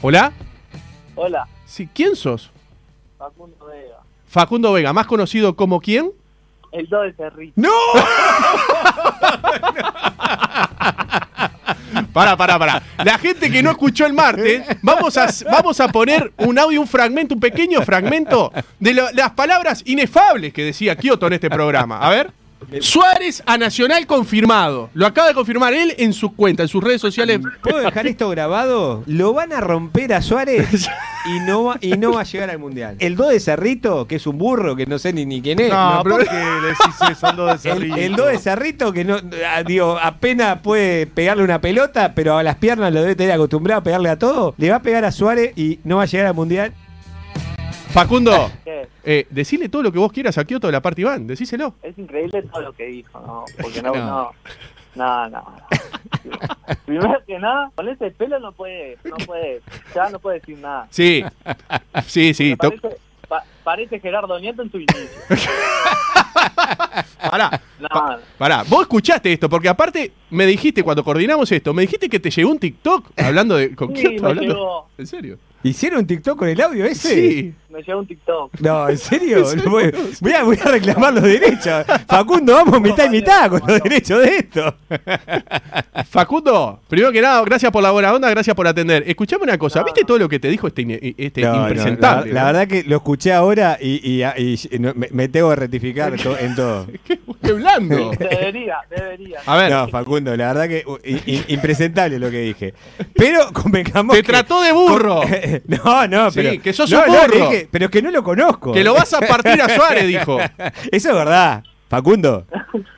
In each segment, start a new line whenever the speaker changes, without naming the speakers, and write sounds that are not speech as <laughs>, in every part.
¿Hola?
Hola,
Sí, ¿quién sos?
Facundo Vega.
Facundo Vega, más conocido como quién?
El 2 de Cerrito.
¡No! <laughs> Pará, pará, pará. La gente que no escuchó el martes, vamos a, vamos a poner un audio, un fragmento, un pequeño fragmento de lo- las palabras inefables que decía Kioto en este programa. A ver. Suárez a Nacional confirmado. Lo acaba de confirmar él en su cuenta, en sus redes sociales.
¿Puedo dejar esto grabado? Lo van a romper a <laughs> Suárez y no va, y no va a llegar al Mundial. El 2 de Cerrito, que es un burro, que no sé ni, ni quién es.
No,
pero-
¿por qué le decís eso al 2 de
El,
Cerrito?
el 2 de Cerrito, que no, ah, digo, apenas puede pegarle una pelota, pero a las piernas lo debe tener acostumbrado a pegarle a todo. Le va a pegar a Suárez y no va a llegar al Mundial.
Facundo,
¿Qué?
eh, decile todo lo que vos quieras a Kioto de la parte Iván, decíselo.
Es increíble todo lo que dijo, ¿no?
<laughs>
Porque no,
No.
no. No, no. Primero que nada, con ese pelo no puede, no puede, ya no puede decir nada.
Sí, sí, sí.
Me
to-
Parece, pa- parece Gerardo Nieto en su inicio.
<laughs> Pará.
No,
Pa-
no.
Pará, vos escuchaste esto, porque aparte me dijiste cuando coordinamos esto, me dijiste que te llegó un TikTok hablando de. ¿Con
Sí,
quién estás
me
hablando?
llegó,
¿En serio?
¿Hicieron un TikTok con el audio ese?
Sí.
me llegó un TikTok.
No, ¿en
<laughs>
serio? Voy, voy a, voy a reclamar los derechos. Facundo, vamos mitad y mitad con los derechos de esto.
Facundo, primero que nada, gracias por la buena onda, gracias por atender. Escuchame una cosa, ¿viste todo lo que te dijo este, ine- este
No, no,
impresentable?
la, la
<laughs>
verdad que lo escuché ahora y, y- y- y no, me, me tengo que rectificar to- en
<laughs>
todo.
Qué, qué
<laughs>
blando.
Debería, debería.
A ver,
No, Facundo, la verdad que uh, i- i- impresentable lo que dije. Pero <laughs> convengamos.
te
que-
trató de
<laughs>
burro.
No, no,
Sí,
pero.
que sos
no,
un
no, le
burro.
dije, pero es que no lo conozco.
Que lo vas a partir a Suárez, dijo.
<laughs> Eso es verdad, Facundo.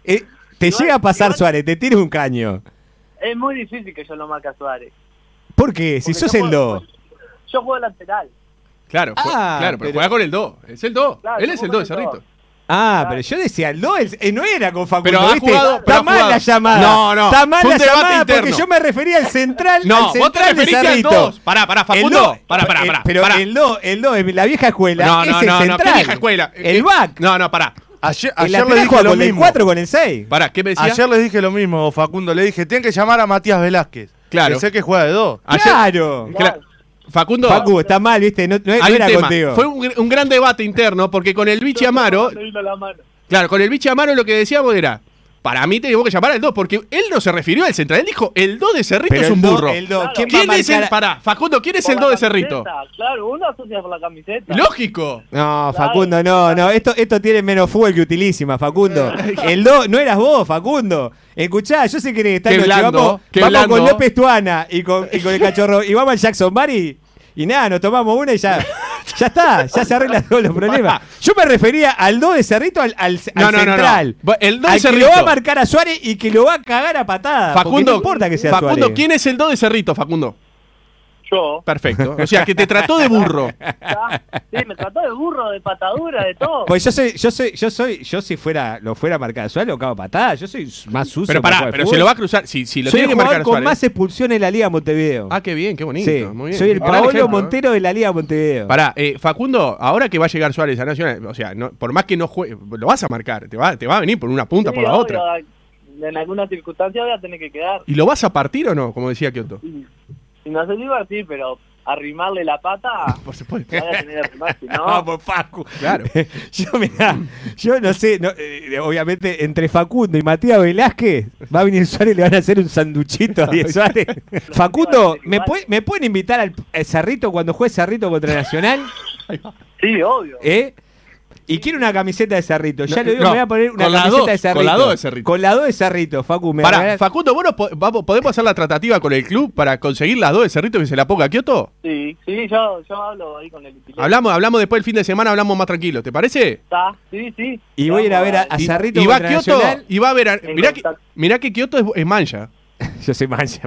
Eh, te
Igual-
llega a pasar,
igual-
Suárez, te tires un caño.
Es muy difícil que yo lo marque a Suárez.
¿Por qué? Si
Porque
sos
yo
el
juego-
2.
Yo juego lateral.
Claro, jue-
Ah,
claro, pero,
pero-
juega con el 2. Es el 2.
Claro,
Él es el 2 de
jugó con el
Cerrito.
dos.
Ah,
Claro.
pero yo decía el 2, el- eh, no era con Facundo.
Pero ha
¿viste?
jugado- pero
Está
ha
mal
jugado.
la llamada.
No, no,
Está mal
fue
la
un debate
llamada
interno.
porque yo me refería al central.
No,
al
vos te
central de
referiste al
Cerrito.
2. Pará, pará,
El
Facundo.
do-
Pará, pará,
eh,
pará.
Pero
pará.
el 2, el 2, la vieja escuela.
No,
es
no,
el
no, no,
central.
¿qué vieja escuela? Eh,
El back.
No, no, pará.
Ayer,
El
ayer
lateral
le dije
juega
lo
con el
mismo.
4 con el 6.
Pará, ¿qué me decía?
Ayer les dije lo mismo, Facundo. Le dije, tienen que llamar a Matías Velázquez.
Claro.
Que sé que juega de dos.
Ah.
Ayer-
Claro.
Cla- Facundo,
Facu, está mal, viste, no, no- no
hay un
era
tema.
contigo.
Fue un, un gran debate interno porque con el bichi Amaro,
Me vino la mano.
claro, con el bichi Amaro lo que decíamos era, para mí tenemos que llamar al 2 porque él no se refirió al central, él dijo, el 2 de Cerrito es
el
un
do-
burro.
el do,
Claro.
¿quién va a
¿Quién es el
marcar a-
pará, Facundo, quién es
Por
el
la
2 de Cerrito?
camiseta, Claro, uno asocia por la camiseta.
Lógico.
No, Facundo, no, no, esto, esto tiene menos fútbol que utilísima, Facundo. El 2, no eras vos, Facundo. Escuchá, yo sé que está
Qué
noche,
blando,
vamos,
qué
vamos
blando.
con López Tuana y con, y con el cachorro, y vamos al Jackson Bar y, y nada, nos tomamos una y ya, ya está, ya se arreglan todos los
<laughs>
problemas. Yo me refería al 2 de Cerrito, al, al- al
No, no, no, no.
central.
Va- el do de
al que
Cerrito.
lo va a marcar a Suárez y que lo va a cagar a patadas. Ah, porque
Facundo,
no importa que sea
Facundo,
Suárez.
¿quién es el 2 de Cerrito, Facundo?
Yo.
Perfecto. O sea, que te trató de
<laughs>
burro.
ya, Ah, Sí, me trató de burro, de patadura, de todo.
Pues yo soy, yo soy, yo soy, yo si fuera, lo fuera a marcar a Suárez, lo cago a patadas. Yo soy más sucio.
Pero
para
pará, pero si lo va a cruzar, si, si lo
soy
tiene
el
que
jugador
marcar
con
Suárez.
más expulsiones en la Liga Montevideo.
Ah, qué bien, qué bonito.
Sí,
muy bien.
Soy el
Gran
Paolo
ejemplo, ¿eh?
Montero de la Liga Montevideo.
Pará, eh, Facundo, ahora que va a llegar Suárez a Nacional, o sea, no- por más que no juegue, lo vas a marcar, te va, te va a venir por una punta,
Sí,
por la
obvio,
otra.
En alguna circunstancia voy a tener que quedar.
¿Y lo vas a partir o no? Como decía Kioto.
Y- Si no se iba, sí, pero arrimarle la pata,
Por supuesto.
<laughs> la voy a tener que arrimar, si
<laughs>
no.
Vamos, Facu.
Claro.
yo, mirá, yo no sé, no, eh, obviamente entre Facundo y Matías Velázquez va a venir Suárez y le van a hacer un sanduchito a
<laughs>
Diez Suárez. Facundo, ¿me, puede- ¿me pueden invitar al al Cerrito cuando juegue Cerrito
<laughs>
contra Nacional?
Sí, obvio.
¿Eh? Y quiero una camiseta de Cerrito.
No,
Ya lo digo,
no,
me voy a poner una
con la
camiseta
dos,
de Cerrito.
con la dos de Cerrito.
Con la dos de Cerrito, Facu. <laughs> ¿me
Pará,
regalás?
Facundo, ¿vos no po- vamos- podemos hacer la tratativa con el club para conseguir las dos de Cerrito que se la ponga a Kioto?
Sí, sí, yo, yo hablo ahí con el piloto.
Hablamos, hablamos después del fin de semana, hablamos más tranquilos, ¿te parece?
Está, Sí, sí.
Y voy a ir a ver a- a
Y,
Cerrito
y va
contra
Kioto
Nacional.
y va a ver. a-
En
mirá, que,
contacto.
mirá que Kioto es, es mancha.
<laughs> Yo soy mancha.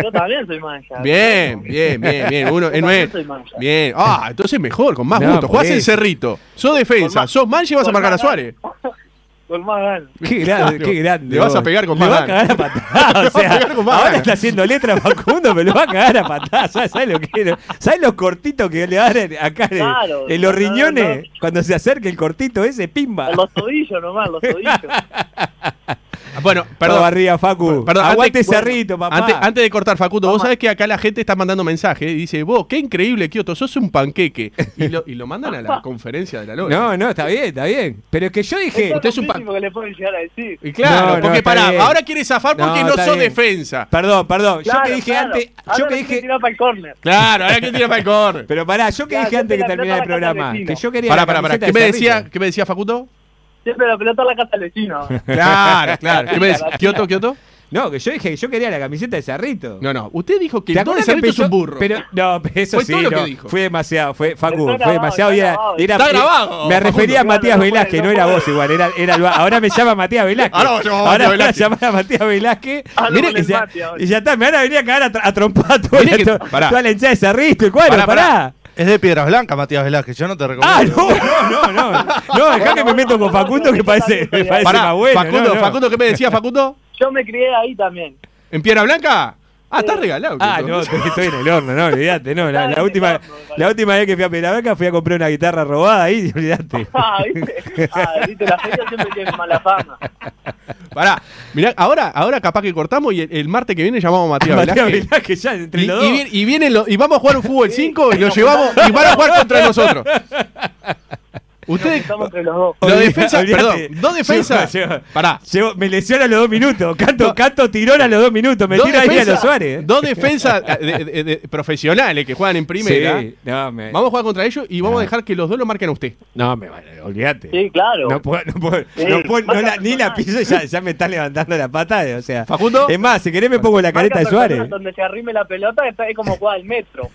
Yo también soy mancha.
Bien, bien, bien, bien.
<laughs>
Uno,
Yo
eh, no
también
es-
soy mancha.
Bien. Ah, entonces mejor, con más
No,
gusto.
por
Jugás en
eso.
Cerrito. Sos defensa,
Por más-
sos mancha y vas a
por
marcar a
más-
Suárez.
Con más ganas.
<laughs>
Qué grande, qué grande.
Le vas
vos.
a pegar con
Le
más
va a
ganas.
cagar a
<laughs>
patadas.
Le va
o
a
sea,
pegar con más
ahora
ganas.
está haciendo letra Facundo, pero lo va a cagar a patadas. ¿Sabes, sabes lo que ¿Sabes los cortitos que le va a dar acá de-
Claro,
en los
no, no,
riñones?
no.
Cuando se acerque el cortito ese, pimba. <laughs>
Los tobillos nomás, los tobillos.
Bueno, perdón.
Barría, Facu.
Perdón, antes-
Ah, Aguante
bueno,
Cerrito, papá.
Antes, antes de cortar, Facundo, vos
Toma.
sabés que acá la gente está mandando mensajes y dice, vos, qué increíble, Kioto, sos un panqueque. Y lo, y lo mandan a
<laughs>
la conferencia de la Lola.
No, no, está bien, está bien. Pero es que yo dije.
Esto
entonces
es
un
lo
pa-
último que le pueden llegar a decir.
Y claro,
No, no,
porque
está
pará,
bien.
ahora quiere zafar porque
No,
no,
está
sos
bien.
defensa.
Perdón, perdón. yo
Claro,
que dije
claro.
antes.
Ahora
Yo
lo
que
quieren
dije.
tirar para el córner.
Claro, ahora que tira para el cor.
Pero pará, yo que
Claro,
dije
yo
antes
te
que
la
terminara el
pelota la
programa.
camiseta
Que
del
yo quería.
Pará,
la
pará, pará.
camiseta
¿Qué
de
me
Cerrito.
decía, qué me decía Facundo?
Siempre la pelota la casa al vecino.
<laughs>
Claro, <laughs> claro. ¿Qué me decía? ¿Kioto, Kioto?
No, que yo dije que yo quería la camiseta de Cerrito.
No, no. Usted dijo que
¿Te
el don de
acuerdas que
Cerrito es un
empezó-
burro.
Pero, no, pero eso
Fue
sí,
todo lo que
no,
dijo.
fue demasiado, fue Facu,
Está
fue
grabado,
demasiado.
está
y era-
grabado.
era-
Está
eh,
grabado,
Me
Facundo.
refería a
Claro,
Matías
no puede,
Velázquez,
no
no era
puede.
vos igual, era, era el- ahora me llama Matías Velázquez.
Ahora vos llamás a Matías
Ahora me van a
Velázquez.
llamar a Matías Velázquez.
Ah, no,
Mirá
con
que
el
ya-
Mati ahora.
y ya está, me van a venir a cagar a, tra- a trompar toda,
Mirá
la-
que-
to-
pará.
toda la hinchada de Cerrito y cuadro,
Pará,
pará.
pará.
Es de Piedras Blancas, Matías Velázquez. Yo no te
Ah,
recomiendo.
no, no, no, no. No, dejá que me meto con Facundo que parece, me parece
Pará,
más bueno.
Facundo,
no, no.
Facundo, ¿qué me decía Facundo?
Yo me crié ahí
<laughs>
también.
¿En Piedra Blanca? Ah, está regalado.
Ah,
Kioto.
no, estoy, estoy en el horno, no, olvídate, no. La,
Está
la
en el
última,
horno, vale.
la última vez que fui a Pinabaca fui a comprar una guitarra robada ahí, <laughs> olvídate.
Ah, ¿viste? Ah, ¿viste? La gente siempre tiene mala fama.
<laughs> Pará, mirá, ahora, ahora capaz que cortamos y el, el martes que viene llamamos a Matías
Matías
Velázquez.
Velázquez ya entre
Ah, Y,
los dos.
y viene- y vienen los- y vamos a jugar un fútbol
Sí.
5
<laughs>
y lo llevamos y van a jugar contra nosotros. Ustedes,
Estamos entre los dos.
los
Olvida-
defensas,
<laughs> olvídate.
perdón, dos defensas.
Llegó, llegó.
Pará.
Llevo- me lesiona a los dos minutos, canto,
No.
canto tirón a los dos minutos, me
dos
tira ahí a los
defensas-
Suárez. eh.
Dos defensas eh, de- de- de- profesionales que juegan en primera.
Sí, no, me,
Vamos a jugar contra ellos y vamos a dejar que los dos lo marquen a usted.
no, me vale, olvídate.
Sí, claro.
No puedo, no puedo,
Sí,
no puedo- no
marca
la- ni la
personal.
piso y ya, ya me están levantando la pata, eh, o sea.
Facundo.
Es más, si querés me pongo la
Marca
careta de
personas
Suárez.
Donde se arrime la pelota, está- es como jugar al metro.